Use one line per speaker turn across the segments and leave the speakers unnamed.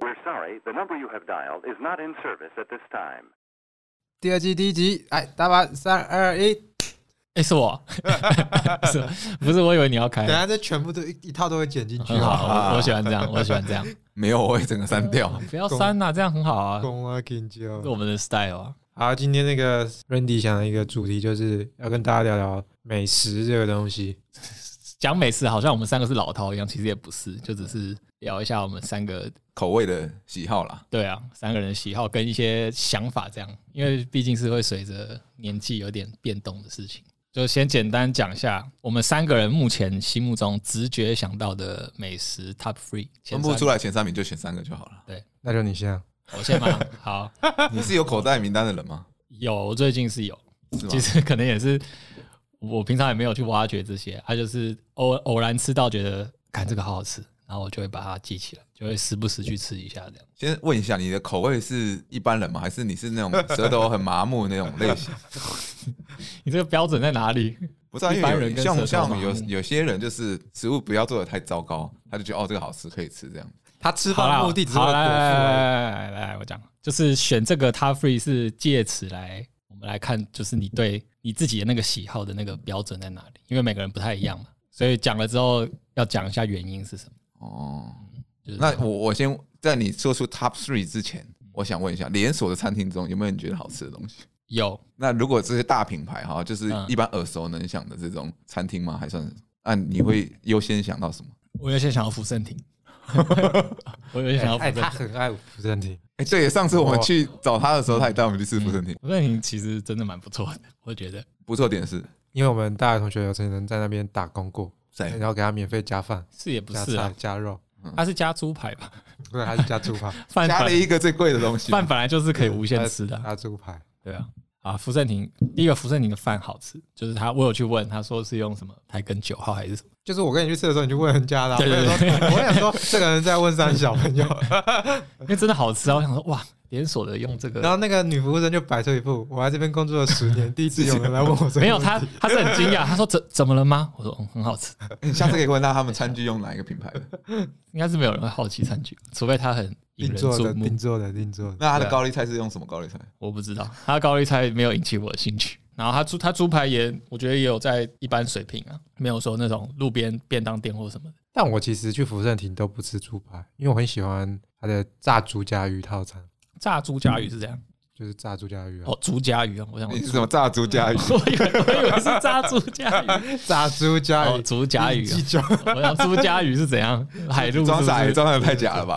We're sorry, the number you have dialed is not in service at this time.
第二季第一集，哎，打吧，三二一，
哎、是 我，是我，不是？我以为你要开
等一，下这全部都一一套都会剪进去
哎很好，
啊。
我我喜欢这 样，我喜欢这样，
没有，我会整个删掉。
不要删呐、这样很好啊，
公啊，金
这是我们的 style 啊。
好，今天那个 Randy 想的一个主题就是要跟大家聊聊美食这个东西。
讲美食好像我们三个是老饕一样，其实也不是，就只是聊一下我们三个
口味的喜好啦，
对啊，三个人的喜好跟一些想法这样，因为毕竟是会随着年纪有点变动的事情。就先简单讲一下，我们三个人目前心目中直觉想到的美食 Top Three 前
分不
三
出，来前三名就选三个就好 了。
那就你先，啊
我先吗？好，
你是有口袋名单的人吗？
有，我最近是有，
是吗
其？实可能也是我平常也没有去挖掘这些，它、就是偶偶然吃到觉得，看这个好好吃，然后我就会把它记起来，就会时不时去吃一下这样。
先问一下，你的口味是一般人吗？还是你是那种舌头很麻木的那种 类型？
你这个标准在哪里？
不是、啊，
一
因
般
为
人
有
跟
像
舌头麻
像
木
有有些人就是食物不要做的太糟糕，他就觉得哦这个好吃可以吃这样。
他吃
好啦
饭目的只是为了
好来
果腹而已。
来来来来来，我讲，就是选这个 Top Free 是借此来，我们来看，就是你对你自己的那个喜好的那个标准在哪里，因为每个人不太一样嘛，所以讲了之后要讲一下原因是什么。
哦，
就是
那我我先在你说出 top three 之前，我想问一下，连锁的餐厅中有没有你觉得好吃的东西？
有
那如果这些大品牌哈，就是
嗯
一般耳熟能详的这种餐厅吗？还算是？那、你会优先想到什么？
我有些想要福盛庭， 我有些想要福
哎，
盛
他
庭。
很爱福正庭，
哎、对，上次我们去找他的时候，他也带我们去吃福盛亭。
福盛庭其实真的蛮不错的，我觉得
不错点是，
因为我们大学同学有曾经在那边打工过，
谁
然后给他免费加饭、
是也不
加
是
菜
啊，、
加肉，
它是加猪排吧？
不是还是加嗯猪 排？
饭
加了
本
一个最贵的东西，
嗯饭本来就是可以无限吃的啊，
加猪排，
对啊，啊，福盛庭第一个福盛庭的饭好吃，就是他我有去问，他说是用什么台根九号还是什么？
就是我跟你去吃的时候，你就问人家啦。
对对
我想说，我想说，这个人在问三小朋友，
因为真的好吃啊！我想说哇，连锁的用这
然
个
后那个女服务生就摆出一副我在这边工作了十 年，第一次有人来问我这个问题，
没有他，他是很惊讶，他说怎怎么了吗？我说嗯，很好吃，
你下次可以问他他们餐具用哪一个品牌的。
应该是没有人会好奇餐具，除非他很引
定
人
做的，
注
定
目。
做的，定做的。
那他
啊
的高丽菜是用什么高丽菜？
我不知道他的高丽菜没有引起我的兴趣，然后他猪他猪排也我觉得也有在一般水平啊，没有说那种路边便当店或什么的。
但我其实去福盛亭都不吃猪排，因为我很喜欢它的炸猪加鱼套餐，
炸猪夹鱼是这样
就是炸猪加鱼啊，
哦，猪夹鱼啊，我想我
你是什么炸猪加鱼？
我以为我以为是炸猪夹鱼。
炸猪加
哦，
鱼，
竹夹鱼、啊
鸡，脚
我想猪夹鱼是怎 样？海陆
装傻也
是
装的太假了吧？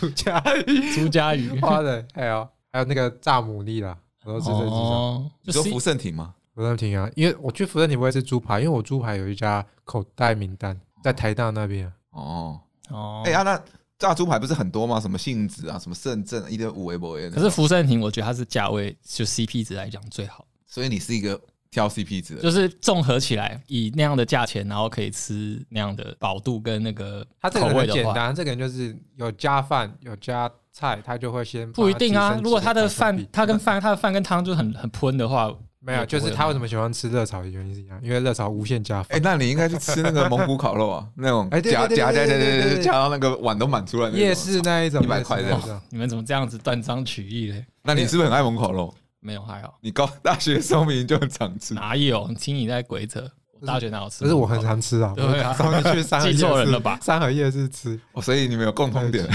猪加鱼，
猪夹 鱼，
花的，还有还有那个炸牡蛎啦，我都吃这几种。
哦，
你
就
说
是
福盛庭吗？
福盛亭啊，因为我去福盛亭不会吃猪排，因为我猪排有一家口袋名单在台大那边啊，
哦，
哦
哎、。呀、那炸猪排不是很多吗？什么杏子啊，什么圣正，一堆五维博维。
可是，福盛庭，我觉得它是价位就 CP 值来讲最好，
所以你是一个挑 CP 值的人，
就是综合起来以那样的价钱，然后可以吃那样的饱度跟那个
它这
口
个
味
很
的
简
话，
单，这个人就是有加饭有加菜，他就会先
不一定
帮
啊
它提升。
如果它的
几个百分
饭
比，
它跟饭，它的饭跟汤就很很喷的话，
没有，就是
啊
他为什么喜欢吃热炒的原因是一样，因为热炒无限加
哎、
饭。
那你应该去吃那个蒙古烤肉啊，那种
哎对
夹
对对
夹夹
对
夹
对对对
夹
对
夹到那个碗都满出来的那种。
夜市那一种
100块
夜
这
市那
样
一种，
你们怎么这样子断章取义嘞？
那你是不是很爱蒙古烤肉？
没有还好，
你高大学的时候明明就很 常吃，
哪有？听你在鬼扯，我大学哪有吃？
可是我很常吃啊。
对啊
我找你去三河
记
夜
错人
市
了吧
三河夜市吃，
哦所以你们有共同点。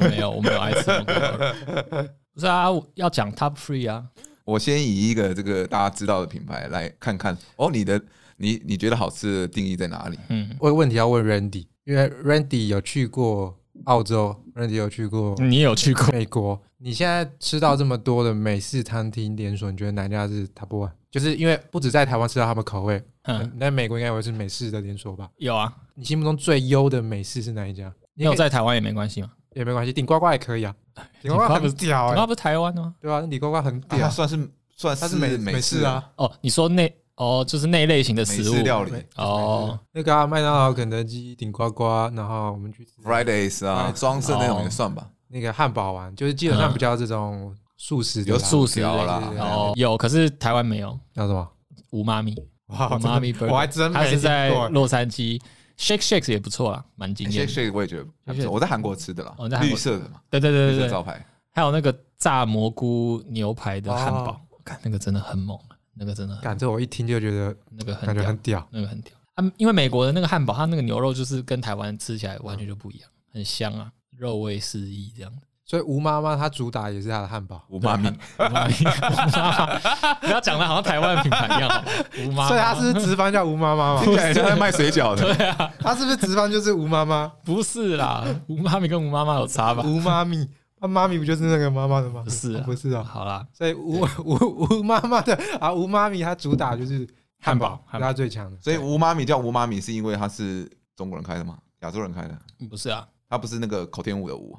我没有，我没有爱吃蒙古烤肉。不是啊，我要讲 top three 啊，
我先以一个这个大家知道的品牌来看看哦，你的你你觉得好吃的定义在哪里？
嗯，
我有问题要问 Randy，因为 Randy 有去过澳洲，Randy 有去过
你也有去过？
美国。你现在吃到这么多的美式餐厅连锁，你觉得哪一家是 Top One？就是因为不止在台湾吃到他们口味，
嗯，
那美国应该也会是美式的连锁吧？
有啊。
你心目中最优的美式是哪一家？
你有在台湾也没关系嘛？
也没关系，顶呱呱也可以 啊，顶呱
呱
呱
呱
很屌
那、
哎、
不是台湾的吗？
对啊，顶呱呱很
啊它
屌，
算是算
它
是
是美
美
式啊，，
哦，你说那哦，就是那类型的
美
食物
式料理
对
哦，
那个啊，麦当劳、肯德基、顶呱呱，然后我们去吃
，Fridays 啊，哎双盛那种也算吧。
那个汉堡王，就是基本上比较这种素食的啦
有
嗯素食类
薯条啦
对对对
哦，有，可是台湾没有
叫什么？
五妈咪，
哇
五妈咪 burger，
我还真
它
没
是
听
在
过。
洛杉矶， Shake Shake 也不错啦，蛮惊艳
shake
的。
shake 我也觉得还不
Shake-
错，我在韩国吃的啦
哦你在，韩
绿
国
色的嘛，
对对对对
绿色
对
招，牌，
还有那个炸蘑菇牛排的汉堡，
哦
看那个真的很猛，啊那个真的很
感这我一听就觉得
那个很
感觉
屌
很，屌，
那个很屌。啊，因为美国的那个汉堡，它那个牛肉就是跟台湾吃起来完全就不一样，很香啊，肉味四溢这 样。
所以吴妈妈她主打也是她的汉堡，
五妈咪，
吴妈咪，吴妈妈不要讲的好像台湾的品牌一样哦，吴妈妈。
所以她是不是直翻叫吴妈妈嘛？
听起来像在卖水饺的。
她是不是直翻就是吴妈 妈？
不是啦？吴妈咪跟吴妈妈有差吧？
吴妈咪，那妈咪不就是那个妈妈的吗？
不是
哦
啊
不是啊。
好啦，
所以吴吴吴妈妈的啊，吴妈咪她主打就是
汉堡汉堡
她最强的。
所以吴妈咪叫吴妈咪是因为它是中国人开的吗？亚洲人开的，
不是啊，
它不是那个口天吴的吴，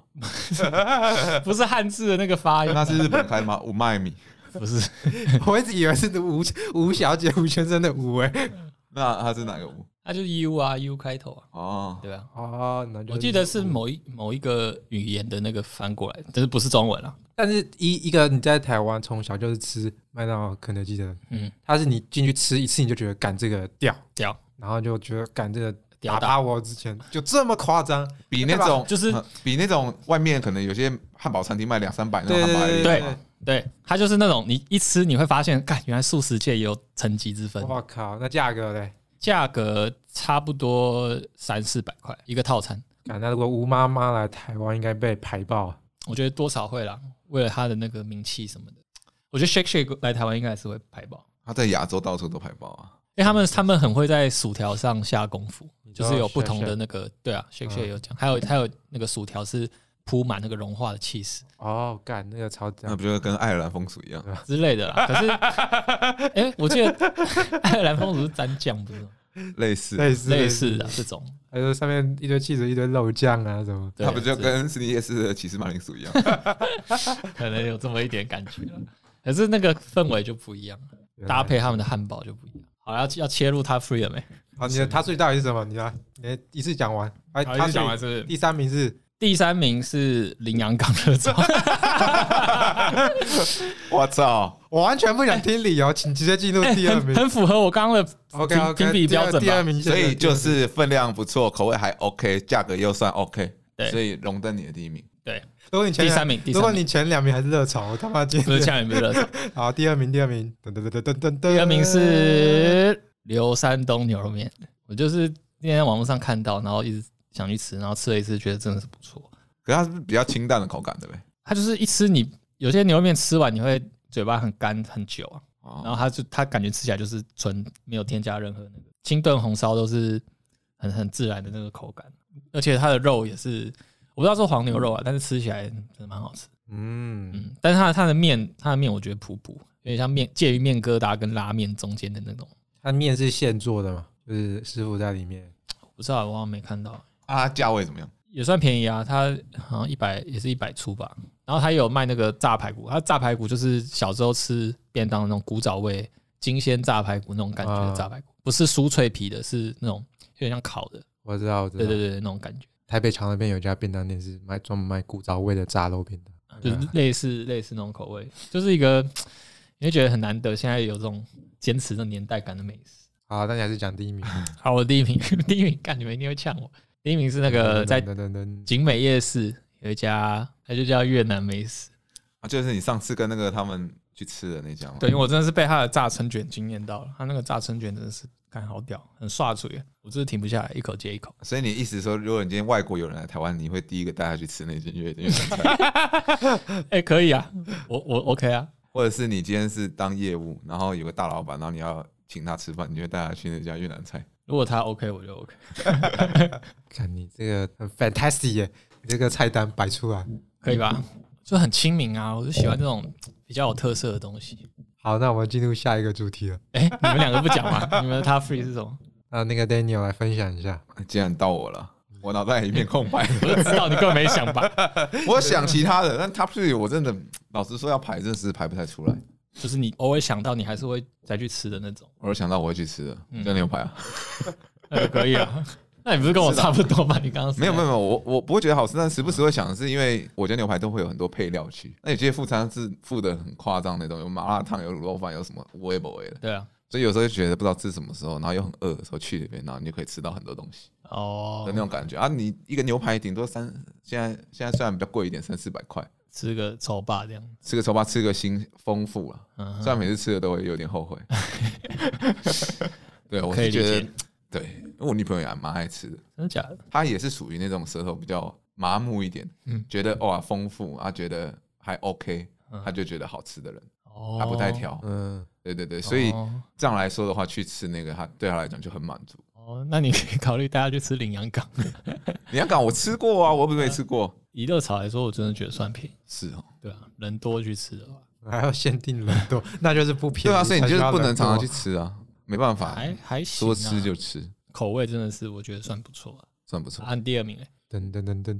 不是汉字的那个发音，啊
那是日本开的吗？五麦米，
不是
我一直以为是吴吴小姐、吴先生的吴哎、
那它是哪个吴？
它就是 U 啊，U 开头啊，
哦，
对吧？
哦，那就
我记得是某一某一个语言的那个翻过来，但是不是中文啊？
但是一一个你在台湾从小就是吃麦当劳、肯德基的人，
嗯，
他是你进去吃一次你就觉得干这个屌，
屌
然后就觉得干这个
屌
打
打，
趴我之前就这么夸张，
比那种
就是
嗯比那种外面可能有些汉堡餐厅卖两三百那种
对
汉堡还
对
厉害
对
对啊
吧，
对，它就是那种你一吃你会发现，干，原来素食界也有层级之分，
我靠，那价格嘞，
价格差不多三四百块一个套餐，
干那如果吴妈妈来台湾应该被排爆，
我觉得多少会啦，为了它的那个名气什么的，我觉得 Shake Shake 来台湾应该还是会排爆。
它在亚洲到处都排爆啊。
因为他们他们很会在薯条上下功夫，
知
就
道
是有不同
哦 shake
的
shake
那个对啊，shake shake
嗯
有讲，还有还有那个薯条是铺满那个融化的 cheese
哦，干那个超
那
屌，
不就跟爱尔兰风俗一样？
之类的啦。可是， 哎、我记得爱尔兰风俗是沾酱，不是吗
类似，
类似
类似的，这种，
还有上面一堆气质、一堆肉酱啊什么，
对
它不就
这
跟斯尼夜市的起司马铃薯一样？
可能有这么一点感觉了。可是那个氛围就不一样，搭配他们的汉堡就不一样。好，要要切入他 free 了没？
好，你的他最到底是什么？你来，你一次讲完，哎，
好，一
他
直
最
讲完是不是？
第三名是
第三名是羚羊港热潮，
我操！
我完全不想听理由，请直接进入 第二
很
名。
很符合我刚刚的
OK
评
OK，
评比标准吧
第二名，
所以就是分量不错，口味还 OK，价格又算 OK，
对
所以荣登你的第一名。
对，
如果你前
第
两
三名，第
如
三
果
名。
你前两名还是热潮，我他妈今
不是
天
呛人，不是热炒。
好第二名，第二名，噔噔噔噔噔噔，
第二名是刘山东牛肉面，我就是那天在网络上看到，然后一直想去吃，然后吃了一次，觉得真的是不错。
可是它是比较清淡的口感，对不对？
它就是一吃你有些牛肉面吃完你会嘴巴很干很久啊，然后
哦，
它就它感觉吃起来就是纯没有添加任何那个清炖红烧都是很很自然的那个口感，而且它的肉也是我不知道是黄牛肉啊，但是吃起来真的蛮好吃。
嗯，
嗯，但是它的它的面它的面我觉得普普，有点像面介于面疙瘩跟拉面中间的那种。
它面是现做的嘛，就是师傅在里面，
不知道，我好像没看到，
啊，价位怎么样？
也算便宜啊，它好像一百也是一百出吧。然后它也有卖那个炸排骨，它炸排骨就是小时候吃便当那种古早味金鲜炸排骨那种感觉的炸排骨，不是酥脆皮的，是那种有点像烤的，
我知道，我知道，
对对对，那种感觉，
台北桥那边有一家便当店是卖专门卖古早味的炸肉便当，
就是类似类似那种口味，就是一个你会觉得很难得，现在有这种坚持的年代感的美食。
好，那你还是讲第一名，
好，我第一名，第一名，干你们一定会呛我。第一名 嗯是那个在
噔噔噔，
景美夜市有一家，它就叫越南美食。
啊，就是你上次跟那个他们去吃的那家吗？
对，因为我真的是被他的炸春卷惊艳到了，他那个炸春卷真的是看好屌，很刷嘴，啊我真是停不下来，一口接一口。
所以你意思说，如果你今天外国有人来台湾，你会第一个带他去吃那间越越南菜，
哎、可以啊，我我 OK 啊，
或者是你今天是当业务，然后有个大老板，然后你要请他吃饭，你就带他去那家越南菜。
如果他 OK 我就 OK，
看你这个很 fantastic 耶，你这个菜单摆出来。
可以吧？就很亲民啊，我就喜欢这种比较有特色的东西。
好，那我们进入下一个主题了。
哎、你们两个不讲吗？你们的他 free 是什么？
那那个 Daniel 来分享一下，
啊既然到我了，我脑袋一片空白。
我就知道你根本没想吧，
我想其他的，但 Top Three 我真的老实说要排，真的是排不太出来。
就是你偶尔想到，你还是会再去吃的那种。
我就想到我会去吃的，
嗯
像牛排啊，
那就可以啊， 那你不是跟我差不多吗？你刚刚
没有没有
有，
没有，我我不会觉得好吃，但时不时会想，是因为我觉得牛排都会有很多配料去，那有些副餐是附的很夸张那种，有麻辣烫，有卤肉饭，有什么无味不味的，
对啊，
所以有时候就觉得不知道吃什么时候，然后又很饿的时候去那边，然后你就可以吃到很多东西。
啊、哦
的那，种感觉啊。你一个牛排顶多三，现在现在虽然比较贵一点，三四百块，
吃个丑霸这样，
吃个丑八吃个心丰富了。
嗯
虽然每次吃的都会有点 后悔。对，我
可以理
是觉
解
得，对，因为我女朋友也蛮爱吃的，
真的假的？
她也是属于那种舌头比较麻木一点，
嗯
觉得哇丰富啊，觉得还 OK，
嗯
她就觉得好吃的人，
哦
她不太，挑。
嗯，
对对对，所以
哦
这样来说的话，去吃那个，她对她来讲就很满足。
哦，那你可以考虑带他去吃羚羊港。
你要讲我吃过啊，我不是没吃过，
以热炒来说，我真的觉得算便宜，
是哦。
对啊，人多去吃的话，
还要限定人多，那就是不便宜。
对啊，所以你就是不能常常去
才需
吃啊，没办法，
还还行、啊，
说吃就吃，
口味真的是我觉得算不错、啊，
算不错。
按第二名欸嘞，
要人多噔噔噔噔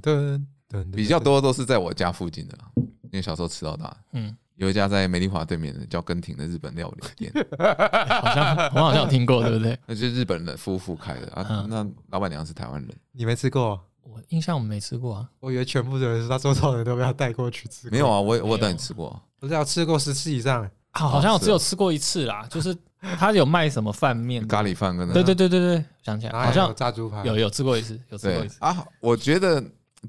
噔噔噔，
比较多都是在我家附近的啦，因为小时候吃到大。
嗯，
有一家在美丽华对面的叫根廷的日本料理 店，
好像我好像有听过，对不对？
那就是日本人夫妇开的啊
嗯。
那老板娘是台湾人，
你没吃过？哦
我印象我没吃过啊，
我以为全部的人，他周遭的人都被他带过去吃。
没有，啊，我我有带你吃过啊，
不是要吃过十次以上，
啊好像我
是
只有
哦
吃过一次啦，就是他有卖什么饭面，
咖喱啊饭跟那
对对对对对，想起来
然后
好
还有
像
炸猪排，
有有吃过一次，有吃过一
对
次，
啊。我觉得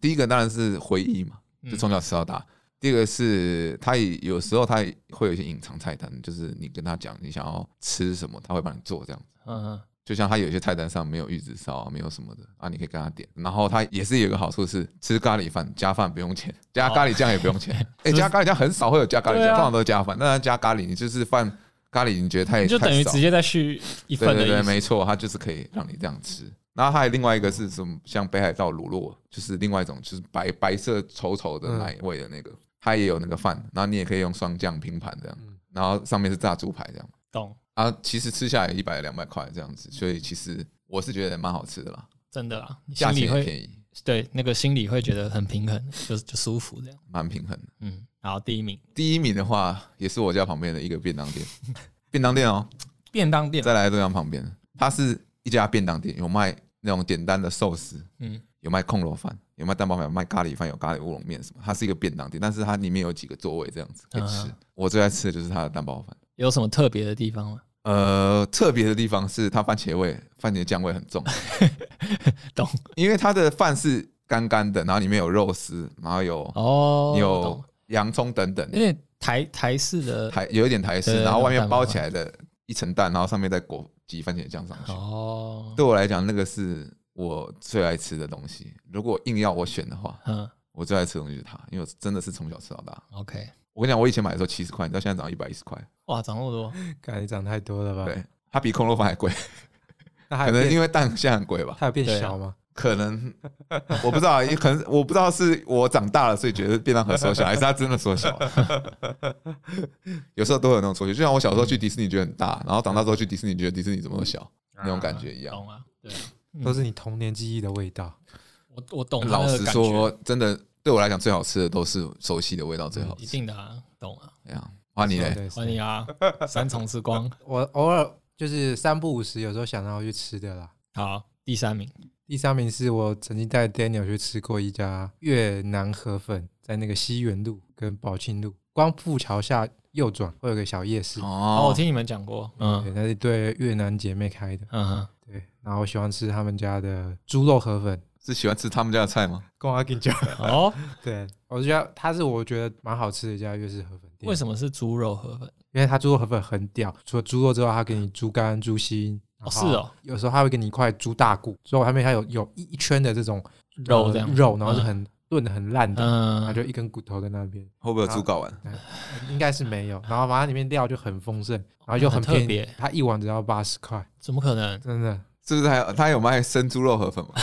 第一个当然是回忆嘛，就从小吃到大。第二个是他也有时候他也会有一些隐藏菜单，就是你跟他讲你想要吃什么，他会帮你做这样。
嗯嗯
就像他有一些菜单上没有玉子烧、啊，没有什么的啊，你可以跟他点。然后他也是有一个好处是，吃咖喱饭加饭不用钱，加咖喱酱也不用钱。 哎、加咖喱酱很少会有加咖喱
哦对
酱，
啊
通常都是加饭。但他加咖喱，你就是饭咖喱，你觉得哎太
你就等于直接再续一
太少
份
对
的
对对，
意思，
没错，他就是可以让你这样吃。然后还有另外一个是什么？像北海道乳酪，就是另外一种，就是白白色稠稠的
嗯
奶味的那个，它也有那个饭，然后你也可以用双酱拼盘这样，
嗯
然后上面是炸猪排这样。
懂？
啊，其实吃下来一百两百块这样子，所以其实我是觉得蛮好吃的啦，
真的啦，你
价
心
钱
里
也
会
便宜，
对那个心里会觉得很平衡，就就舒服这样。
蛮平衡的。
嗯，好，第一名
第一名的话，也是我家旁边的一个便当店， 便当店哦，
便当店，
在来豆浆旁边，它是一家便当店，有卖那种简单的寿司，
嗯，
有卖空楼饭，有卖蛋包饭，有卖咖喱饭，有咖喱乌龙面什么。它是一个便当店，但是它里面有几个座位这样子可以吃
嗯。
我最爱吃的就是它的蛋包饭。
有什么特别的地方吗？
呃，特别的地方是它番茄味、番茄酱味很重，
懂
因为它的饭是干干的，然后里面有肉丝，然后有
哦，
有
懂
洋葱等等，
有点台台式的
台有一点台
对
式，
对
然后外
那
面
种
包
蛋
起来的一层蛋，然后上面再裹挤番茄酱上去。
哦，
对我来讲，那个是我最爱吃的东西。如果硬要我选的话，
嗯
我最爱吃的东西就是它，因为我真的是从小吃到大。
，OK，
我跟你讲，我以前买的时候七十块，你知道现在涨一百一十块，
哇，涨那么多，
感觉长太多了吧？
对，它比空肉饭还贵，
那还
可
有
能
变，
因为蛋现在很贵吧。
它有变
对啊
小吗？
可能我不知道，啊也可能我不知道是我长大了，所以觉得便当盒缩小，还是它真的缩小。 有时候都会有那种错觉，就像我小时候去迪士尼觉得很大，然后长大之后去迪士尼觉得迪士尼怎么那么小，那种感觉一样。
懂啊？对啊，嗯
都是你童年记忆的味道。
我我懂他
老
那
实
个感觉，
说，真的对我来讲，最好吃的都是熟悉的味道最好
一
吃。
定的啊，懂啊，
哎呀，换你嘞，
对，
欢迎 啊，三重之光，
我偶尔就是三不五时，有时候想到去吃的啦。
好，第三名，
第三名是我曾经带 Daniel 去吃过一家越南河粉，在那个西园路跟宝庆路，光复桥下右转会有个小夜市，
哦，我
哦，
听你们讲过，
对，
嗯
那是对越南姐妹开的，
嗯哼，
对。然后我喜欢吃他们家的猪肉河粉，
是喜欢吃他们家的菜吗？
跟我阿金讲，
哦，
对，我就觉得它是我觉得蛮好吃的一家粤式河粉店。
为什么是猪肉河粉？
因为它猪肉河粉很屌，除了猪肉之外，它给你猪肝、猪心。
哦
然后
是哦
有时候它会给你一块猪大骨，所以我还没它有有一一圈的这种
肉
呃
这样
肉，然后是
嗯
很炖的很烂的，然后就
嗯，
一根骨头在那边，
会不会有猪睾丸？
应该是没有。然后把它里面料就很丰盛，然后又
哦
很
很特
便宜
别，
它一碗只要八十块，
怎么可能？
真的。
是不是还有他有卖生猪肉河粉吗？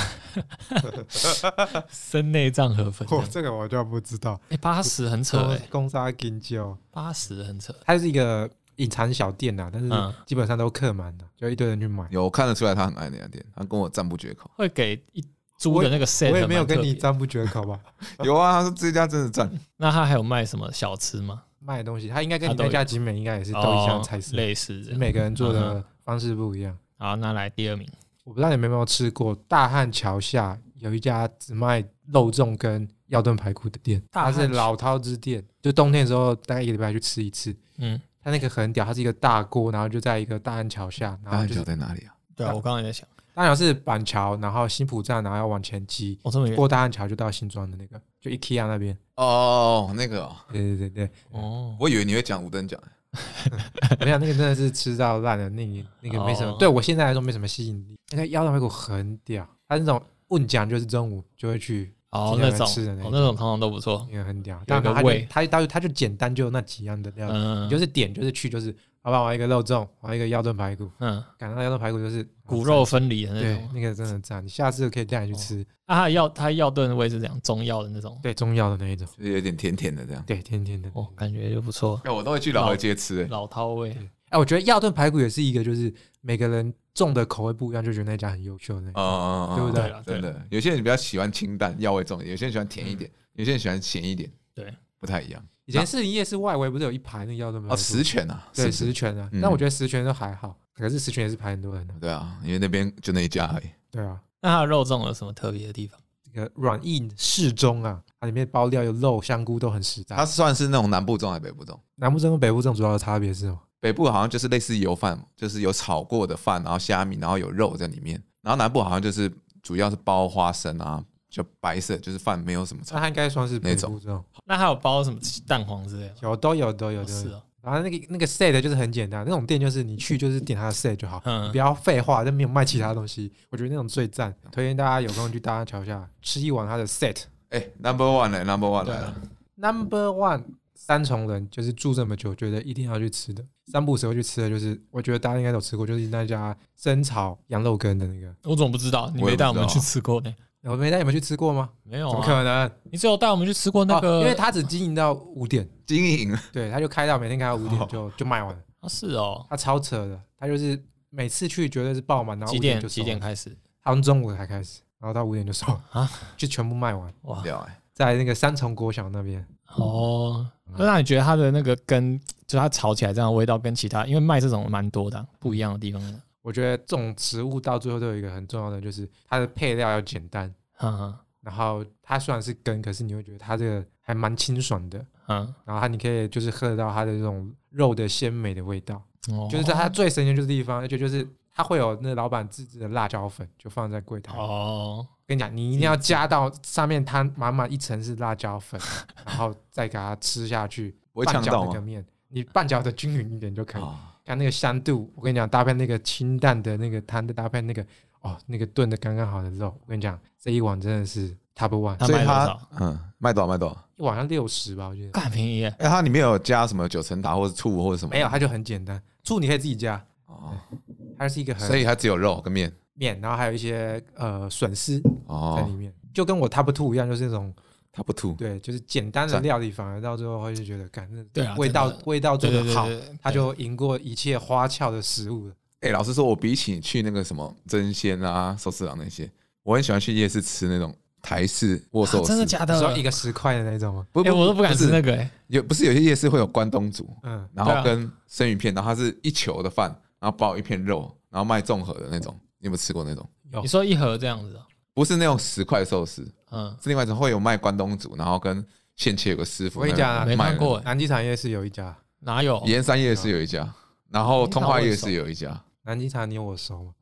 生内脏河粉这
哦
样，
这个我就不知道，
哎，八十很扯哎，
公沙金酒，
八十很扯，
它是一个隐藏小店呐、啊，但
嗯
是基本上都客满的，就一堆人去买。
有，我看得出来他很爱那家店，他跟我赞不绝口。
会给一猪的那个 set，
我也没有
蛮特
跟
别
你赞不绝口吧，
有啊，他说这家真的 赞。
那他还有卖什么小吃吗？
卖的东西，它应该跟
它
你
都
那
有
家集美应该也是都一样
哦
菜色。
类似这样。
每个人做
嗯
的方式不一样。
好，那来第二名，
我不知道你们有没有吃过大汉桥下有一家只卖肉粽跟药炖排骨的店，
大
它
汉
是老饕之店，就冬天的时候大概一个礼拜去吃一次。
嗯，
它那个很屌，它是一个大锅，然后就在一个大汉桥下，然
大
后
汉
就
桥
是
在哪里啊？
对啊，我刚刚也在想，
大桥是板桥，然后新浦站，然后要往前挤，
哦，这么远
过大汉桥就到新庄的那个，就 IKEA 那边。
哦，那个哦，
对对对
哦，
我以为你会讲五等奖，
对，没有那个真的是吃到烂了，那个那个没什么，
哦
对我现在来说没什么吸引力。那个腰的排骨很屌，它那种问讲就是中午就会去，
哦
挺
那
难
种
吃的那
哦
种
那种通常都不错，
那个很屌。
有一
但
个
它
味
就它它它就简单就那几样的料理，
嗯，
你就是点就是去就是，好吧，我要一个肉粽，我要一个腰炖排骨，
嗯
感到腰炖排骨就是
骨肉分离的那
对，
种。
那个真的赞，你下次可以带你去吃，
啊，它的药它的药炖味是怎样？中药的那种，
对中药的那一种，
就是有点甜甜的这样。
对，天天的。
哦，感觉就不错，
哎，我都会去老河街吃，哎
老饕味。
哎，我觉得药炖排骨也是一个，就是每个人种的口味不一样，就觉得那家很优秀的那种。
哦，
对不
对啦
真的，有些人比较喜欢清淡，药味重一点；有些人喜欢甜一点，有些人喜欢咸一点，
对，
不太一样。
以前士林夜市外围不是有一排那个药炖排骨？
哦，十全啊，
对
是不是
十全啊，
嗯
但我觉得十全都还好，可是十全也是排很多人的。
对啊，因为那边就那一家而已。
对啊，
那它的肉粽有什么特别的地方？
这个软硬适中啊，它里面包料有肉、香菇都很实在
它。算是那种南部粽还是北部粽？
南部这跟北部这种主要的差别是什么？
北部好像就是类似油饭，就是有炒过的饭，然后虾米，然后有肉在里面。然后南部好像就是主要是包花生啊，就白色，就是饭没有什么
那
炒。
它应该算是北
哪种
部这种，
那还有包什么蛋黄之类的吗？
有都有都有
哦
都
是
有。
哦，
然后那个那个 set 就是很简单，那种店就是你去就是点它的 set 就好，
嗯
你不要废话，但没有卖其他东西。我觉得那种最赞，推荐大家有空去大家桥下吃一碗它的 set。
哎、n u m b e r one 来、n u m b e r one
对
来
啊
了，
Number one，三重人就是住这么久，觉得一定要去吃的，三不五时会去吃的，就是我觉得大家应该都吃过，就是那家生炒羊肉羹的那个。
我怎么不知道？你
我
没
也不
带我
知
们
道
去
啊
吃过呢？
我没带你们去吃过吗？
没有
怎么
啊，
可能？
你只有带我们去吃过那
哦
个，
因为它只经营到五点，
经营
对，它就开到每天开到五
哦
点就就卖完了，
啊是哦，
它超扯的，它就是每次去绝对是爆满，然后
几
五
点
就
几
收
点
了
开始？
他们中午才开始，然后到五点就收了
啊，
就全部卖完，
哇，
掉哎、
在那个三重国小那边。
哦，
嗯
那让你觉得它的那个跟就它炒起来这样的味道跟其他，因为卖这种蛮多的啊不一样的地方的，
我觉得这种食物到最后都有一个很重要的，就是它的配料要简单，
嗯
然后它虽然是羹，可是你会觉得它这个还蛮清爽的，
嗯，
然后它你可以就是喝得到它的这种肉的鲜美的味道，
哦
就是在它最神奇的就是地方，而且就是它会有那老板自制的辣椒粉，就放在柜台。
哦，
跟你讲，你一定要加到上面它满满一层是辣椒 粉，然后再给它吃下去，
不会
拌
呛
搅
到
那个
吗？
面，你拌搅的均匀一点就可以。
啊，
看那个香度，我跟你讲，搭配那个清淡的那个汤，再搭配那个哦，那个炖的刚刚好的肉，我跟你讲，这一碗真的是 top one，
它
所
卖
以
多
它
少？
嗯，卖多少卖多少？
一碗要六十吧，我觉得。
干便宜耶，
哎、它里面有加什么九层塔或者醋或者什么？
没有，它就很简单，醋你可以自己加，
哦，
它是一
哎
个
所
很
以它只有肉跟面
面，然后还有一些呃笋丝在里
哦，
面，就跟我 top two 一样，就是那种
它不吐。
对，就是简单的
赞
料理，反而到最后会就觉得，感那
对啊
味道
真的
味道做
对对
得
对
好，
对对
它就赢过一切花俏的食物了。
哎、老实说，我比起去那个什么真鲜啊、寿司郎那些，我很喜欢去夜市吃那种台式握寿
啊
司。
真的假
你
的？
说一个十块的那种啊吗？
不
哎，我都不敢吃
是
那个哎，
有不是有些夜市会有关东煮，
嗯，
然
对
后
啊
跟生鱼片，然后它是一球的饭，然后包一片肉，然后卖综合的那种。你有没有吃过那种？
哦
你说一盒这样子哦，
不是那种十块寿司，
嗯，
是另外一种会有卖关东煮，然后跟现切有个师傅。
我跟你讲啊
那
没
个卖
看过嗯哎，
南机场夜市有一家，
哪有？
盐山夜市有一家，然后通化夜市有 一家。
南机场你我熟吗？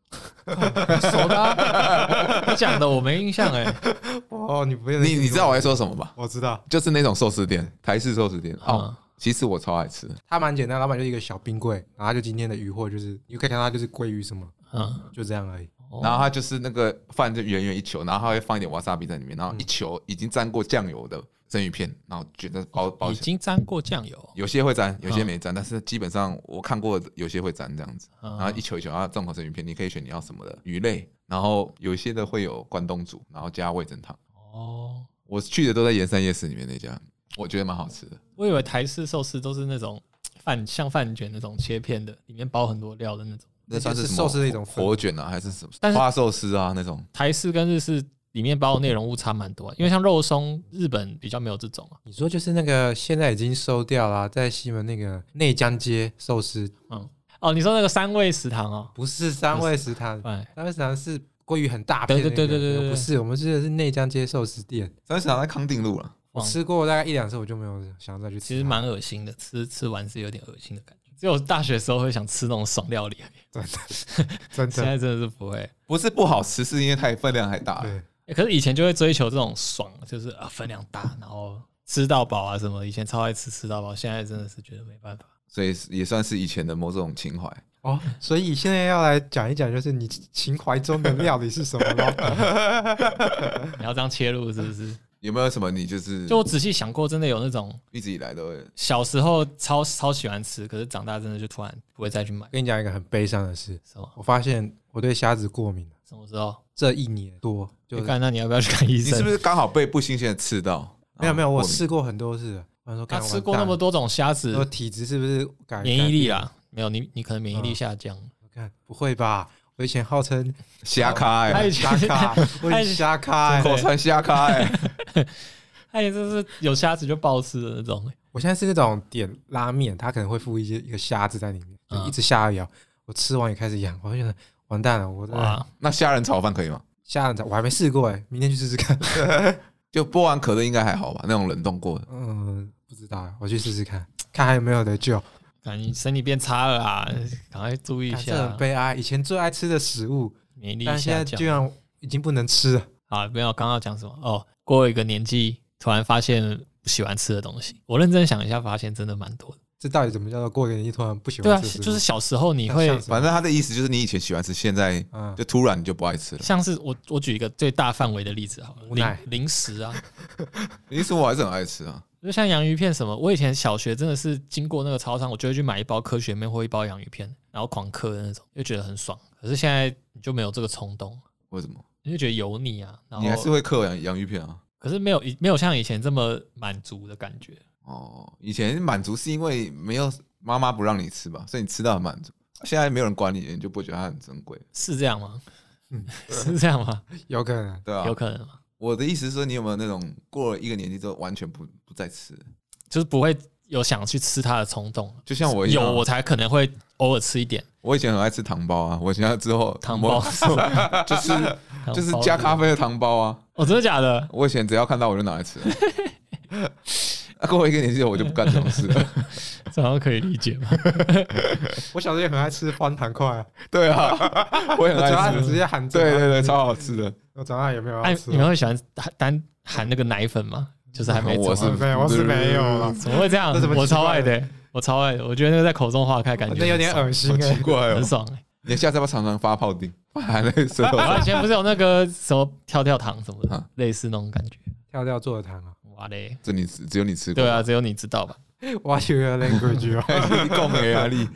熟的啊， 你讲的我没印象哎，
哦，你不
你你知道我在说什么吧？
我知道，
就是那种寿司店，台式寿司店哦
嗯。
其实我超爱吃的，
它蛮简单，老板就一个小冰柜，然后就今天的鱼货就是，你可以看到它就是鲑鱼什么，
嗯，
就这样而已。
哦
然后它就是那个饭就圆圆一球，然后它会放一点瓦萨比在里面，然后一球已经沾过酱油的生鱼片，然后卷在包包
已
起来。
经沾过酱油，
有些会沾，有些没沾，但是基本上我看过有些会沾这样子，
嗯
然后一球一球，然后综合生鱼片，你可以选你要什么的鱼类，然后有一些的会有关东煮，然后加味噌汤。
哦，
我去的都在盐山夜市里面那家，我觉得蛮好吃的。
我以为台式寿司都是那种饭像饭卷那种切片的，里面包很多料的那种。
那算
就是
什么
寿司的一种分
火卷啊，还是什么
但是
花寿司啊那种？
台式跟日式里面包的内容物差蛮多啊，因为像肉松，日本比较没有这种啊。
你说就是那个现在已经收掉了，啊在西门那个内江街寿司，
嗯，哦，你说那个三味食堂哦，
不是三味食堂，
哎，
三味食堂是鲑鱼很大片的那个，
对对对对对对
不是，我们吃的是内江街寿司店，
三十堂在康定啊路了，
我吃过大概一两次，我就没有想要再去吃它。
其实蛮恶心的，吃吃完是有点恶心的感觉。只有大学时候会想吃那种爽料理，
真的
现在真的是不会。
不是不好吃，是因为太分量太大了。
对，
欸可是以前就会追求这种爽，就是啊分量大，然后吃到饱啊什么。以前超爱吃吃到饱，现在真的是觉得没办法。
所以也算是以前的某种情怀。
哦，所以现在要来讲一讲，就是你情怀中的料理是什么 咯？
你要这样切入是不是？
有没有什么你就是
就我仔细想过，真的有那种
一直以来都会
小时候超超喜欢吃，可是长大真的就突然不会再去买。
跟你讲一个很悲伤的事，
什么
我发现我对虾子过敏了，
什么时候？
这一年多就
你看，那你要不要去看医
你
生？
是不是刚好被不新鲜的刺到？啊
没有没有，
然后
我
过敏
试过很多次了。我想说，
哦他
干
吃过那么，多种虾
完蛋
子
了，我体质是不是改
免疫力？
改
啦，没有你，你可能免疫力下降。
变看不会吧？我以前号称
瞎咖
他以
哎，
虾
前，
咖，我以前虾咖欸，
口传瞎咖哎，
他以前哎就是有虾子就暴吃的那种、
我现在是那种点拉面，它可能会附一些一个虾子在里面，就
嗯
一直下而已哦。我吃完也开始痒，我就觉得完蛋了，我真的
哇，
那虾仁炒饭可以吗？
虾仁炒我还没试过哎，明天去试试看。
就剥完壳的应该还好吧？那种冷冻过的，
嗯，不知道，我去试试看，看还有没有得救。
感觉你身体变差了啊，赶快注意一
干这
下
很，悲哀，以前最爱吃的食物，
免疫力
但现
下
在居
降。
然已经不能吃了。
啊，没有，刚刚要讲什么？哦，过一个年纪，突然发现不喜欢吃的东西。我认真想一下，发现真的蛮多的。
这到底怎么叫做过年你突然不喜
对啊，
欢吃食物？
就是小时候你会
像什么
反正他的意思就是你以前喜欢吃，现在
嗯
就突然你就不爱吃了。
像是我，我举一个最大范围的例子好了，
无奈
零零食啊，
其实我还是很爱吃啊，
就像洋芋片什么，我以前小学真的是经过那个超商，我就会去买一包科学面或一包洋芋片，然后狂嗑的那种，就觉得很爽。可是现在你就没有这个冲动，
为什么？
你就觉得油腻啊，然
你还是
后
会嗑洋洋芋片啊？
可是没有以没有像以前这么满足的感觉。
哦，以前满足是因为没有妈妈不让你吃吧，所以你吃到很满足。现在没有人管你，你就不会觉得它很珍贵，
是这样吗？
嗯
是这样吗？
有可能
对啊
有。可能吗？
我的意思是说，你有没有那种过了一个年纪之后完全不不再吃？
就是不会有想去吃它的冲动。
就像我一样
有
啊，
我才可能会偶尔吃一点
我以前很爱吃糖包啊，我现在之后
糖包，
我就是就是加咖
啡。
啡的糖包啊。
哦，真的假的？
我以前只要看到我就拿来吃。 啊过了一个年纪，我就不干这种事了。
这好像可以理解 吧？
我小时候也很爱吃方糖块啊，
对啊， 我也很
我嘴巴
爱
直
吃。
接喊着
对
啊
对对，超好 吃的。
我长大也没有
哎
要，吃
你们会喜欢单含那个奶粉吗？就是还没
我
走
是
啊
没有 我是没有啦
怎么会这样
这怎么？
我
奇怪
超爱
的
的欸，我超爱的。我觉得那个在口中化开，感觉
那有点
很
恶心
好
哎
奇。怪
爽，
哦
很！爽欸。
你下次要不要常常发泡 钉？还在舌头
然后
上
啊
以前不是有那个什么跳跳糖什么 的
啊，
类似那种感觉。
跳跳做的糖啊，
哇嘞，
这你只只有你吃过。
对啊，，只有你知道吧？
我有 language 哦。
你共没压力，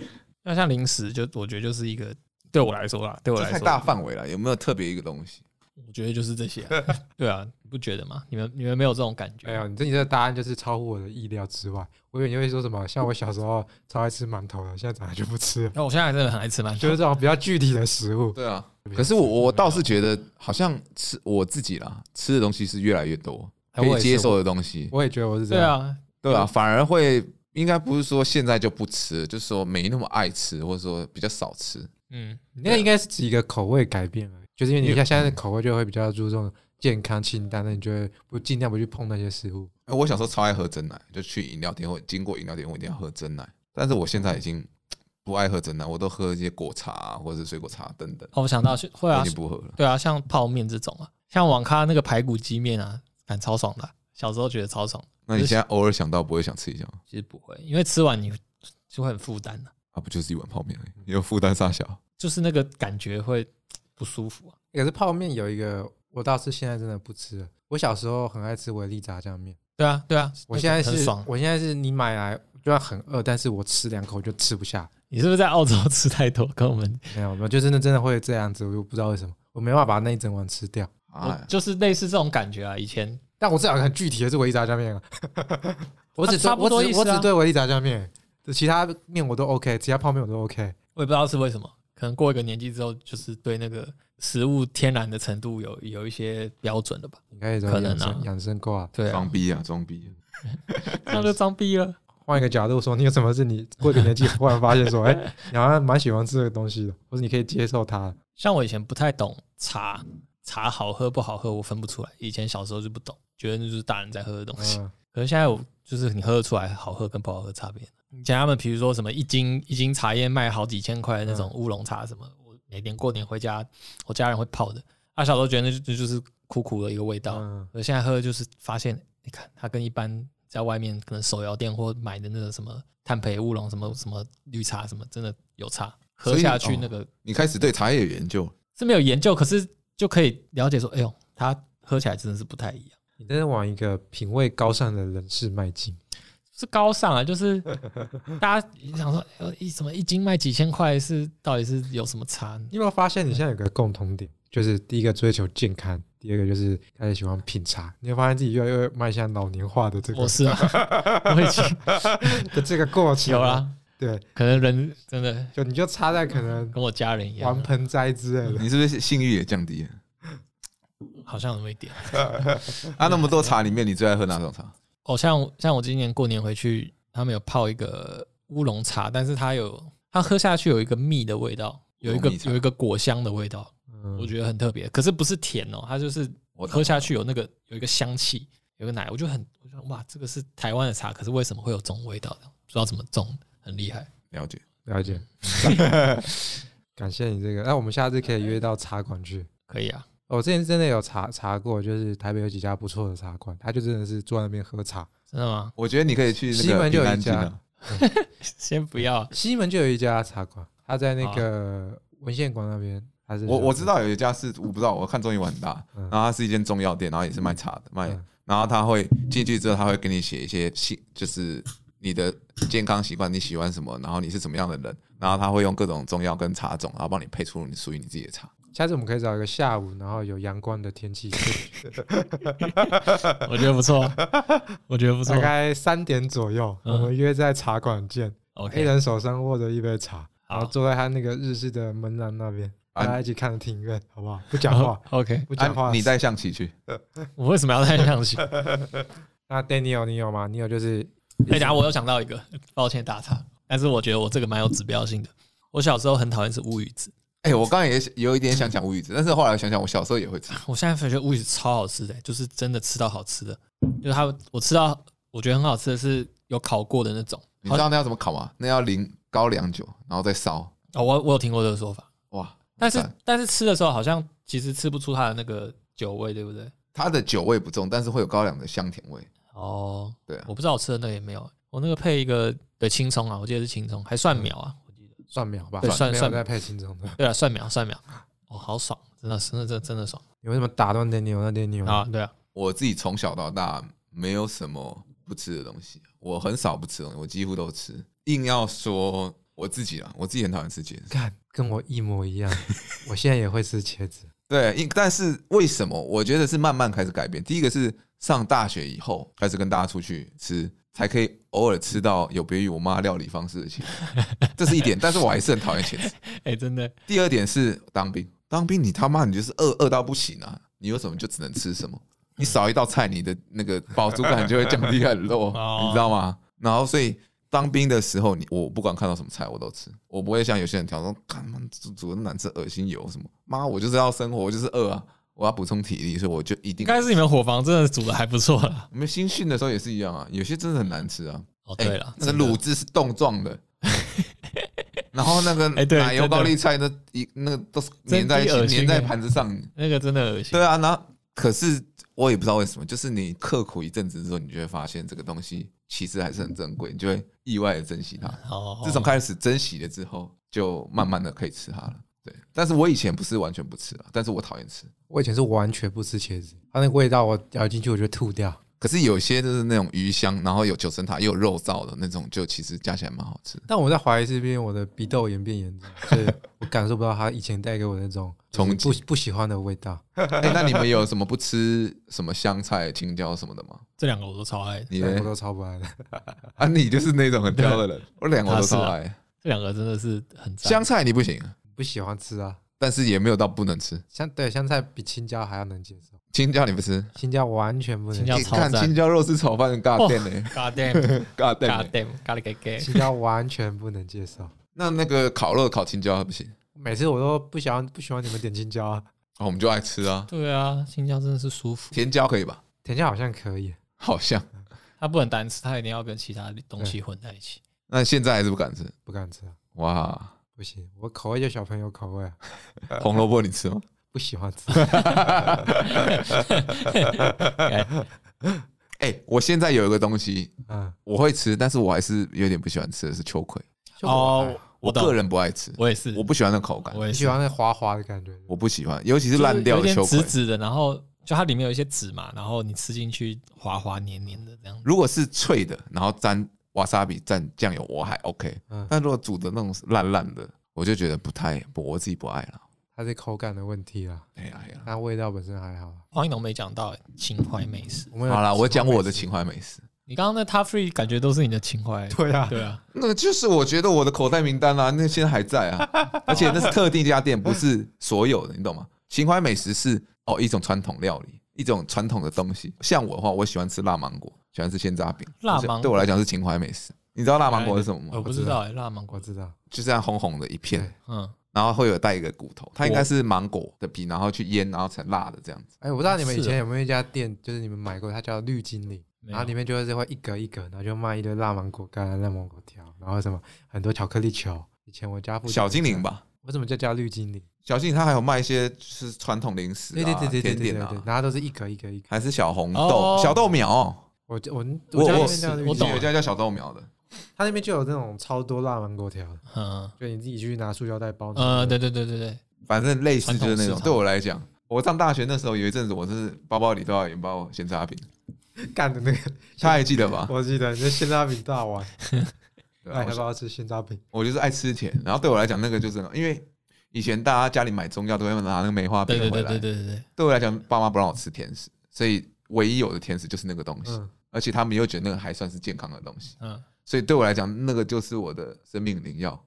那像零食，就我觉得就是一个对我来说啦，对我
这
来
太
说
大范围了，有没有特别一个东西？
我觉得就是这些啊、 对啊，你不觉得吗？你们你们没有这种感觉？
没有，哎你这你的答案就是超乎我的意料之外。我以为你会说什么，像我小时候超爱吃馒头的，现在长大就不吃了，
哦那我现在真的很爱吃馒
就
头
是，这啊种比较具体的食物。
对啊，可是我我倒是觉得，好像吃我自己啦，吃的东西是越来越多，
哎
可
我
以
也
接
是
受的东西，
我也觉得我是这
对
样，
啊，
对啊，反而会应该不是说现在就不吃，就是说没那么爱吃，或者说比较少吃。
嗯，
你那应该是指一个口味改变了，就是因为你像现在的口味就会比较注重健康清淡，那你就会不尽量不去碰那些食物。
哎我小时候超爱喝真奶，就去饮料店或经过饮料店，我一定要喝真奶。但是我现在已经不爱喝真奶，我都喝一些果茶、啊、或者是水果茶等等，
哦，我想到是会
我
啊
已，经不喝了。
对啊，像泡面这种啊，像网咖那个排骨鸡面啊，感超爽的啊、小时候觉得超爽，
那你现在偶尔想到不会想吃一下吗？
其实不会，因为吃完你就会很负担的，
啊，不就是一碗泡面而已，有负担大小。
哦
就是那个感觉会不舒服啊。
可是泡面有一个，我倒是现在真的不吃了。我小时候很爱吃维力炸酱面，
对啊，对啊，
我现在
那个很
是，
爽。
我现在是你买来就算很饿，但是我吃两口就吃不下。
你是不是在澳洲 吃太多？跟我们
没有没有，就真的真的会这样子，我又不知道为什么，我没办法把那一整碗吃掉。
我
啊
哎，
就是类似这种感觉啊。以前
但我至少很具体的是维力炸酱 面啊，我只对
差不多
我
意
只
思啊
我只对维力炸酱面，其他面我都 OK，其他泡面我都 OK。
我也不知道是为什么，可能过一个年纪之后，就是对那个食物天然的程度有有一些标准了吧？
你可以
可
走养
能啊
生养生挂，
对
装
啊，
逼啊，装逼、
那就装逼了。
换一个角度说，你有什么是你过一个年纪忽然发现说，哎、你好像蛮喜欢吃这个东西的，或者你可以接受它。
像我以前不太懂茶，茶好喝不好喝我分不出来，以前小时候就不懂，觉得那就是大人在喝的东西。
嗯，
可是现在我就是你喝得出来好喝跟不好喝差别，以前他们比如说什么一斤一斤茶叶卖好几千块的那
嗯
种乌龙茶什么，我每年过年回家，我家人会泡的。他小时候觉得那就那就是苦苦的一个味道，
嗯
我现在喝就是发现，你看它跟一般在外面可能手摇店或买的那个什么炭焙乌龙、什么什么绿茶什么，真的有差。喝
所以
下去
哦
那个、
你开始对茶叶有研究，
是没有研究，可是就可以了解说，哎呦，它喝起来真的是不太一样，
你真的往一个品味高尚的人士迈进。
是高尚啊，就是大家想说，呃，一什么一斤卖几千块是到底是有什么差呢？
你有没有发现你现在有个共同点，就是第一个追求健康，第二个就是开始喜欢品茶。你会发现自己越来越迈向老年化的这个
我是啊， 我已经
的这个过程。啊
有
啊
啦，
对，
可能人真的
就你就差在可能
嗯
跟我家人一样
玩
啊，
盆栽之类的。
你是不是性欲也降低了？
好像有那么一点。
啊，那么多茶里面，你最爱喝哪种茶？
哦，像像我今年过年回去，他们有泡一个乌龙茶，但是它有它喝下去有一个蜜的味道，有一个
乌龙蜜茶
有一个果香的味道，我
嗯，
觉得很特别。可是不是甜哦，它就是
我懂
喝下去有那个有一个香气，有个奶，我就很我就哇，这个是台湾的茶，可是为什么会有这种味道的？不知道怎么种，很厉害。
了解，
了解。 感谢你这个，那我们下次可以约到茶馆去。哦
可以啊，
我之前真的有查查过，就是台北有几家不错的茶馆，他就真的是坐在那边喝茶。
真的吗？
我觉得你可以去
西
那个
门就有
平
一
安京
家
啊，
先不要，
西门就有一家茶馆，他在那个文献馆那边。他是
啊我我知道有一家是我不知道，我看综艺玩很大，
嗯
然后它是一间中药店，然后也是卖茶的，卖
嗯，
然后他会进去之后，他会给你写一些信，就是你的健康习惯，你喜欢什么，然后你是什么样的人，然后他会用各种中药跟茶种，然后帮你配出你属于你自己的茶。
下次我们可以找一个下午，然后有阳光的天
哦
气，
我觉得不错，我觉得不错
大。概三点左右，
嗯
我们约在茶馆见。一
OK，
人手上握着一杯茶，然后
好
坐在他那个日式的门廊那边，
啊
大家一起看庭院，好不好？不讲话，
OK，
不讲
啊
话。
你带象棋去，
我为什么要带上去？
那 Daniel，你有吗？你有就是
哎、等一下我又想到一个， 抱歉打岔，但是我觉得我这个蛮有指标性的。我小时候很讨厌吃乌鱼子，
哎、我刚才也有一点想讲乌鱼子，但是后来想想，我小时候也 会吃。
我现在觉得乌鱼子超好吃的、就是真的吃到好吃的。就是它，我吃到我觉得很好吃的是有烤过的那种。
你知道那要怎么烤吗？那要淋高粱酒，然后再烧。
哦，我我有听过这个说法，
哇，
但是
赞
但是吃的时候好像其实吃不出它的那个酒味，对不对？
它的酒味不重，但是会有高粱的香甜味。
哦，
对啊
我，不知道我吃的那个也没有，我那个配一个对青葱啊，我记得是青葱，还蒜苗啊，
蒜苗吧，
对蒜
没有
蒜
在配青葱的。
嗯
对啊，蒜苗蒜苗，哦，好爽，真的真的真的真的爽
你为什么打断 Daniel？那
嗯
Daniel
啊，对啊，
我自己从小到大没有什么不吃的东西，我很少不吃东西，我几乎都吃。硬要说我自己啊，我自己很讨厌吃茄子。
看跟我一模 一样，我现在也会吃茄子。
对，因但是为什么？我觉得是慢慢开始改变。第一个是上大学以后开始跟大家出去吃，才可以偶尔吃到有别于我妈料理方式的茄子，这是一点。但是我还是很讨厌茄子。
哎、真的，
第二点是当兵，当兵你他妈你就是饿饿到不行啊！你有什么就只能吃什么，你少一道菜，你的那个饱足感就会降低很弱
哦，
你知道吗？然后所以当兵的时候，你我不管看到什么菜我都吃，我不会像有些人挑说，干嘛煮煮的难吃，恶心油什么，妈我就是要生活，我就是饿啊，我要补充体力，所以我就一定
应。该是你们伙房真的煮的还不错啦。
我们新训的时候也是一样啊，有些真的很难吃啊。
哦，
哎
对了，
那个
真的
卤汁是冻 状的，然后那个
哎对
奶油
真的
高丽菜那一那个都是粘在一
真的恶
起，
心
粘在
哎
盘子上。
那个真的恶心
对。啊，那可是我也不知道为什么，就是你刻苦一阵子之后，你就会发现这个东西其实还是很珍贵，你就会意外的珍惜它。
哦，
自从开始珍惜了之后，就慢慢的可以吃它了。对，但是我以前不是完全不吃啊，但是我讨厌吃。
我以前是完全不吃茄子，它那个味道我咬进去我就吐掉。
可是有些就是那种鱼香，然后有九层塔又有肉燥的那种，就其实加起来蛮好吃的。
但我在怀疑是因为我的鼻窦炎变 严重，所以我感受不到它以前带给我那种
冲击
不不喜欢的味道。
哎、那你们有什么不吃什么香菜、青椒什么的吗？
这两个我都超爱的，
你
我
呢？
都超不爱的。
啊，你就是那种很挑的人，我两个
他
都
是
超
啊
爱。
这两个真的是很赞。
香菜你不行，
不喜欢吃啊。
但是也没有到不能吃。
香对香菜比青椒还要能接受，
青椒你不吃？
青椒完全不能
青
接
椒
受，
你
超
看
赞
青椒肉丝炒饭尬
哦
店呢，
God damn，God
尬店呢。
damn，咖喱给给。
青椒完全不能接受。
那那个烤肉烤青椒不行，
每次我都不喜欢不喜欢你们点青椒啊，
哦，我们就爱吃啊。
对啊，青椒真的是舒服，
甜椒可以吧？
甜椒好像可以，
好像
它不能单吃，它一定要跟其他东西混在一起。
那现在还是不敢吃。
不敢吃啊，
哇，
不行，我口味就小朋友口味啊，
红萝卜你吃吗？
不喜欢 吃。
哎、我现在有一个东西
嗯，
我会吃，但是我还是有点不喜欢吃的是秋葵，
哦，
我
懂
个人不爱吃，
我也是，
我不喜欢那口感，
我
我
也
你
是
喜欢那滑滑的感觉？
不喜欢，尤其是烂掉
就是
的
有点
秋葵
紫。紫的，然后就它里面有一些籽嘛，然后你吃进去滑滑黏黏的这样子。
如果是脆的，然后沾瓦萨比蘸酱油，我还 OK，
嗯
但如果煮的那种烂烂的，我就觉得不太，不我自己不爱了。
它是口感的问题啦，
哎呀哎呀，
那味道本身还好啦。
黄一农没讲到欸情怀美食，
我们有
好了，我讲我的
吃
情怀美食，
你刚刚那 Top Three 感觉都是你的情怀，
过美食。对啊，
对啊，
那就是我觉得我的口袋名单啊，那现在还在啊，而且那是特定一家店，不是所有的，你懂吗？情怀美食是哦一种传统料理，一种传统的东西。像我的话，我喜欢吃辣芒果，喜欢吃鲜榨饼，
辣芒果
对我来讲是情怀美食。你知道辣芒果是什么
我
吗？
不知道哎，辣
我
芒果，
知道。
就这样红红的一片
对，
嗯，
然后会有带一个骨头，它应该是芒果的皮，然后去腌，然后成辣的这样子。
哎，我不知道你们以
是啊
前有没有一家店，就是你们买过，它叫绿精灵，
没有
然后里面就是会一格一格，然后就卖一堆辣芒果干、辣芒果条，然后什么很多巧克力球。以前我家附近
小精灵
吧，
吧，
我怎么就叫绿精灵？
小精灵它还有卖一些就是传统零食
对对
啊
对、对对
甜
对对
点
对，
啊
对，然后都是一格一格一格。
还是小红
哦
豆、小豆苗。
我我
我
家那
我
边叫绿
我
精
懂
有
灵
一，家叫小豆苗的，
它那边就有那种超多辣芒果条的，
嗯
就你自己去拿塑胶袋包。
呃，对对对对对，
反正类似就是那
传统市
种。
场
对我来讲，我上大学那时候有一阵子，我是包包里都要有一包鲜榨饼，
干的那个，
他还记得吧？
我记得你是鲜榨饼大 碗，
对
哎，
啊
要不要吃鲜榨饼？
我我就是爱吃甜，然后对我来讲，那个就是因为以前大家家里买中药都会拿那个梅花
对
饼
对对
回
对，
来
对对对，
对我来讲，爸妈不让我吃甜食，所以唯一有的甜食就是那个东西，
嗯，
而且他们又觉得那个还算是健康的东西，
嗯，
所以对我来讲，那个就是我的生命灵药。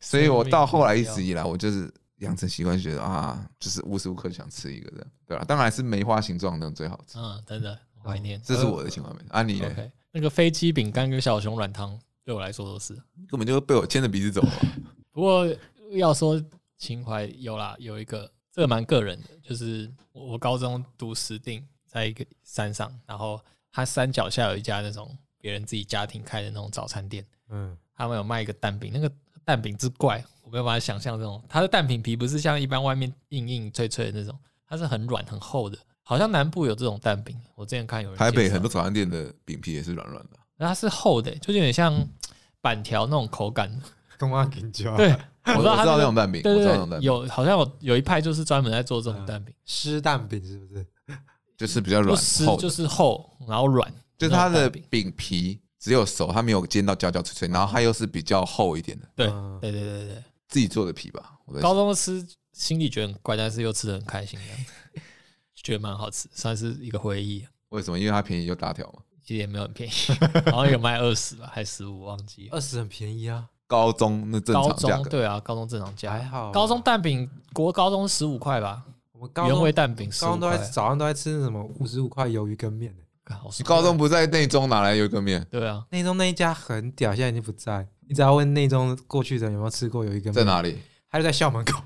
所以我到后来一直以来，我就是养成习惯，觉得啊，就是无时无刻想吃一个的，对吧、啊当然还是梅花形状的最好吃，
嗯，真的我怀念。
这是我的情况。啊，你呢
OK，那个飞机饼干跟小熊软糖对我来说都是，
根本就被我牵着鼻子走啊了。
不过要说情怀有啦，有一个这个蛮个人的，就是我我高中读石定，在一个山上，然后它山脚下有一家那种别人自己家庭开的那种早餐店，
嗯，
他们有卖一个蛋饼，那个蛋饼之怪，我没有办法想象这种，它的蛋饼皮不是像一般外面硬硬脆脆的那种，它是很软很厚的，好像南部有这种蛋饼，我之前看有人
台北
介绍
很多早餐店的饼皮也是软软的，
然后它是厚的、就是有点像板条那种口 感。
跟我给你教。
对，
我
我知道
我
它
知
那
道那
个
种蛋饼，
对
我知道那
对
种
对，
蛋饼，
有好像有有一派就是专门在做这种蛋饼，
湿蛋饼是不是？
就是比较
不
软
湿
厚的，
就是厚，然后软，
就是它
那
的
种蛋饼。
饼皮只有熟，它没有煎到焦焦脆脆，然后它又是比较厚一点的，
对
嗯
对对对对
自己做的皮吧。我在
对，
想
高中吃心里觉得很怪，但是又吃的很开心，这样觉得蛮好吃，算是一个回忆啊。
为什么？因为它便宜又大条嘛。
其实也没有很便宜，好像有卖二十吧，还十五，忘记了。
二十很便宜啊，
高中那正
高
常价
中
格，
对啊，高中正常
还
价，
好啊。
高中蛋饼国高中十五块吧，
我们高
原
中
味蛋饼十
高
五
中都
块
在，早上都在吃什么五十五块鱿鱼羹面呢？
干好
你
爽啊
高中不在内中哪来有一个面？
对啊，
内中那一家很屌，现在已经不在。你只要问内中过去的人有没有吃过鱿鱼羹面，
在？哪里？
他就在校门口，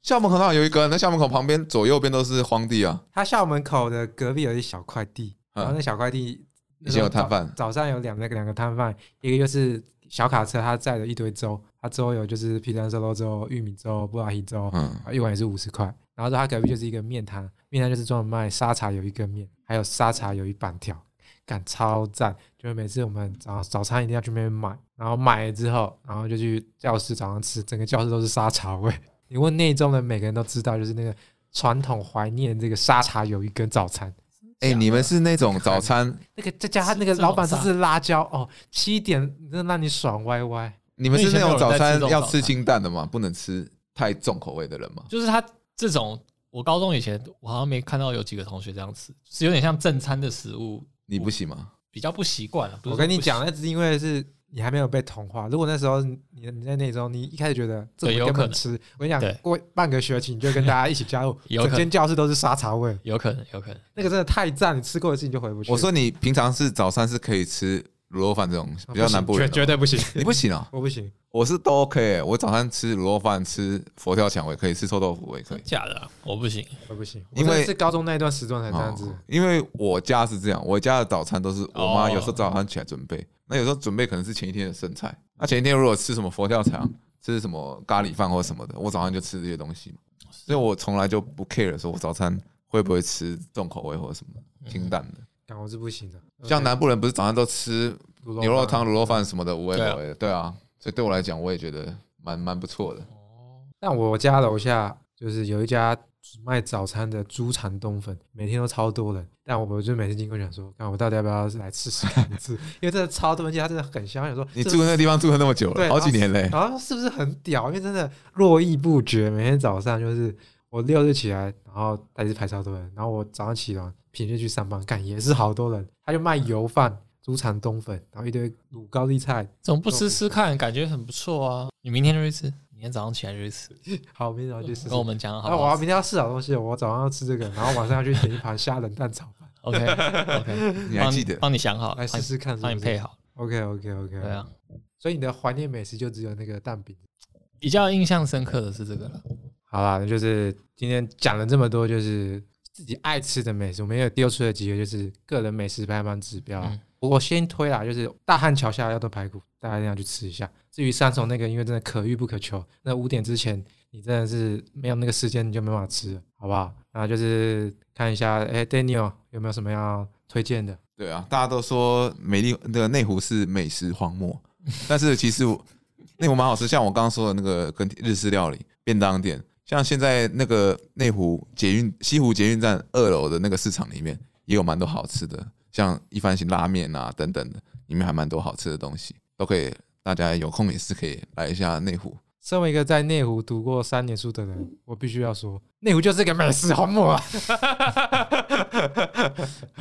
校门口那有一个，那校门口旁边左右边都是荒地啊。
他校门口的隔壁有一小块地，
嗯
然后那小块地
以前有摊贩
早早上有两个两个摊贩，一个就是小卡车，他载了一堆粥，他粥有就是皮蛋瘦肉粥、玉米粥、布拉提粥，
嗯，
啊，一碗也是五十块。然后在他隔壁就是一个面摊，面摊就是专门卖沙茶鱿鱼羹面，还有沙茶鱿鱼板条，干超赞！就是每次我们早早餐一定要去那边买，然后买了之后，然后就去教室早上吃，整个教室都是沙茶味。 你问内中的每个人都知道，就是那个传统怀念这个沙茶鱿鱼羹早餐。
啊
哎，你们是那种早餐，
那个再加他那个
这
老板
这
这
种
是辣椒哦，七点真让你爽歪歪。
你们是那种早
那以前没有人在
餐
吃这种
要
早
吃
餐
清淡的吗？不能吃太重口味的人吗？
就是他这种，我高中以前我好像没看到有几个同学这样吃，就是有点像正餐的食物，
你不行吗？
比较不习惯啊了。不是
我跟你
不习
讲，，那只是因为是你还没有被同化。如果那时候你你在那时候，你一开始觉得这
对
我
有
根
可
本
能
吃，我跟你讲
对，，
过半个学期你就跟大家一起加入
有可
整
能
间教室都是沙茶味，
有可能，有可能。
那个真的太赞，你吃过一次你就回不去。
我说你平常是早餐是可以吃卤肉饭这种比较南部
绝
人
绝
的，
对不 行，
你不行啊！
我不行，
我是都 OK，欸我早餐吃卤肉饭，吃佛跳墙我也可以，吃臭豆腐我也可
哦
以。
假的啊、我不行。
我不行，
因为
我真的是高中那一段时段才这样子
哦，因为我家是这样，我家的早餐都是我妈
哦
有时候早上起来准备，那有时候准备可能是前一天的剩菜。那前一天如果吃什么佛跳墙，吃什么咖喱饭或什么的，我早上就吃这些东西嘛，
哦
所以我从来就不 care 说我早餐会不会吃重口味或者什
嗯
么清淡的。
干我是不行的。呃
像南部人不是早上都吃
嗯卤
牛肉汤、
饭
卤肉饭什么的，无味
对啊
无味的，对啊，所以对我来讲，我也觉得蛮蛮不错的。
但我家楼下就是有一家卖早餐的猪肠冬粉，每天都超多人。但我就每次经过想说，看我到底要不要来吃试看一次， 因为真的超多人，而且它真的很香。想说
你
这
住那个地方住了那么久
对
了，好几年嘞、
然后是不是很屌？因为真的络绎不绝，每天早上就是我六日起来，然后还是排超多人，然后我早上起床平日去上班干也是好多人，他就卖油饭、猪肠冬粉，然后一堆卤高丽菜。
怎么不吃吃看？感觉很不错啊！你明天就去吃，明天早上起来就去吃，
好，明天早上去试试
跟我。们讲
那
好不
我要
好
明天要试好东西，我早上要吃这个，然后晚上要去点一盘虾仁蛋炒饭，
？OK OK，
你还记得？
帮你想好，
来试试看是不
帮
是。
你配好。
OK OK OK。
对啊，，
所以你的怀念美食就只有那个蛋饼。
比较印象深刻的是这个了。
好啦，那就是今天讲了这么多，就是自己爱吃的美食，我们也有丢出了几个就是个人美食排行榜指标啊。
嗯
我先推啦，就是大汉桥下要炖排骨，大家一定要去吃一下。至于三重那个，因为真的可遇不可求，那五点之前你真的是没有那个时间，你就没办法吃了，好不好？那就是看一下，哎、d a n i e l 有没有什么要推荐的？
对啊，大家都说美丽的内湖是美食荒漠，但是其实我内湖蛮好吃，像我刚刚说的那个跟日式料理便当店，像现在那个内湖捷运西湖捷运站二楼的那个市场里面，也有蛮多好吃的，像一番型拉面啊等等的，里面还蛮多好吃的东西，都可以，大家有空也是可以来一下内湖。
身为一个在内湖读过三年书的人，我必须要说，内湖就是个美食荒漠啊！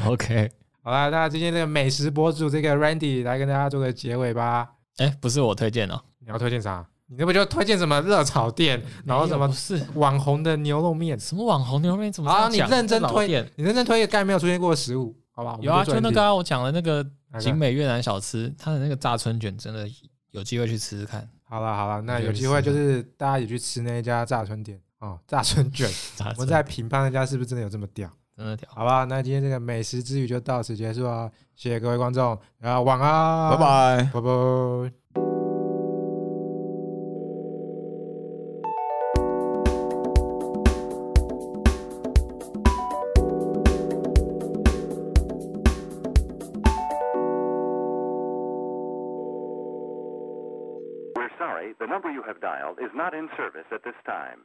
OK，
好啦，那今天这个美食博主这个 Randy 来跟大家做个结尾吧。
哎、不是我推荐哦，
你要推荐啥？你那不就推荐什么热炒店，然后什
没有
么
哎不是
网红的牛肉面？
什么网红牛肉面？怎么
好啊
这样
你
讲
认真
这老
推
店
你认真推一个概没有出现过的食物，好吧？我们
有啊，
做
就那
ending
个、啊、我讲的那个
哪个
景美越南小吃，它的那个炸春卷真的有机会去吃吃看。
好了好了，那
我觉得
有机会
是
就是大家也去吃那一家炸春点哦，炸春卷，
炸
我
春
们再评判那家是不是真的有这么屌，
真的屌，
好吧？那今天这个美食之旅就到此结束啊，谢谢各位观众，然后晚安，
拜，拜。
拜拜。
We're sorry, the number you have dialed is not in service at this time.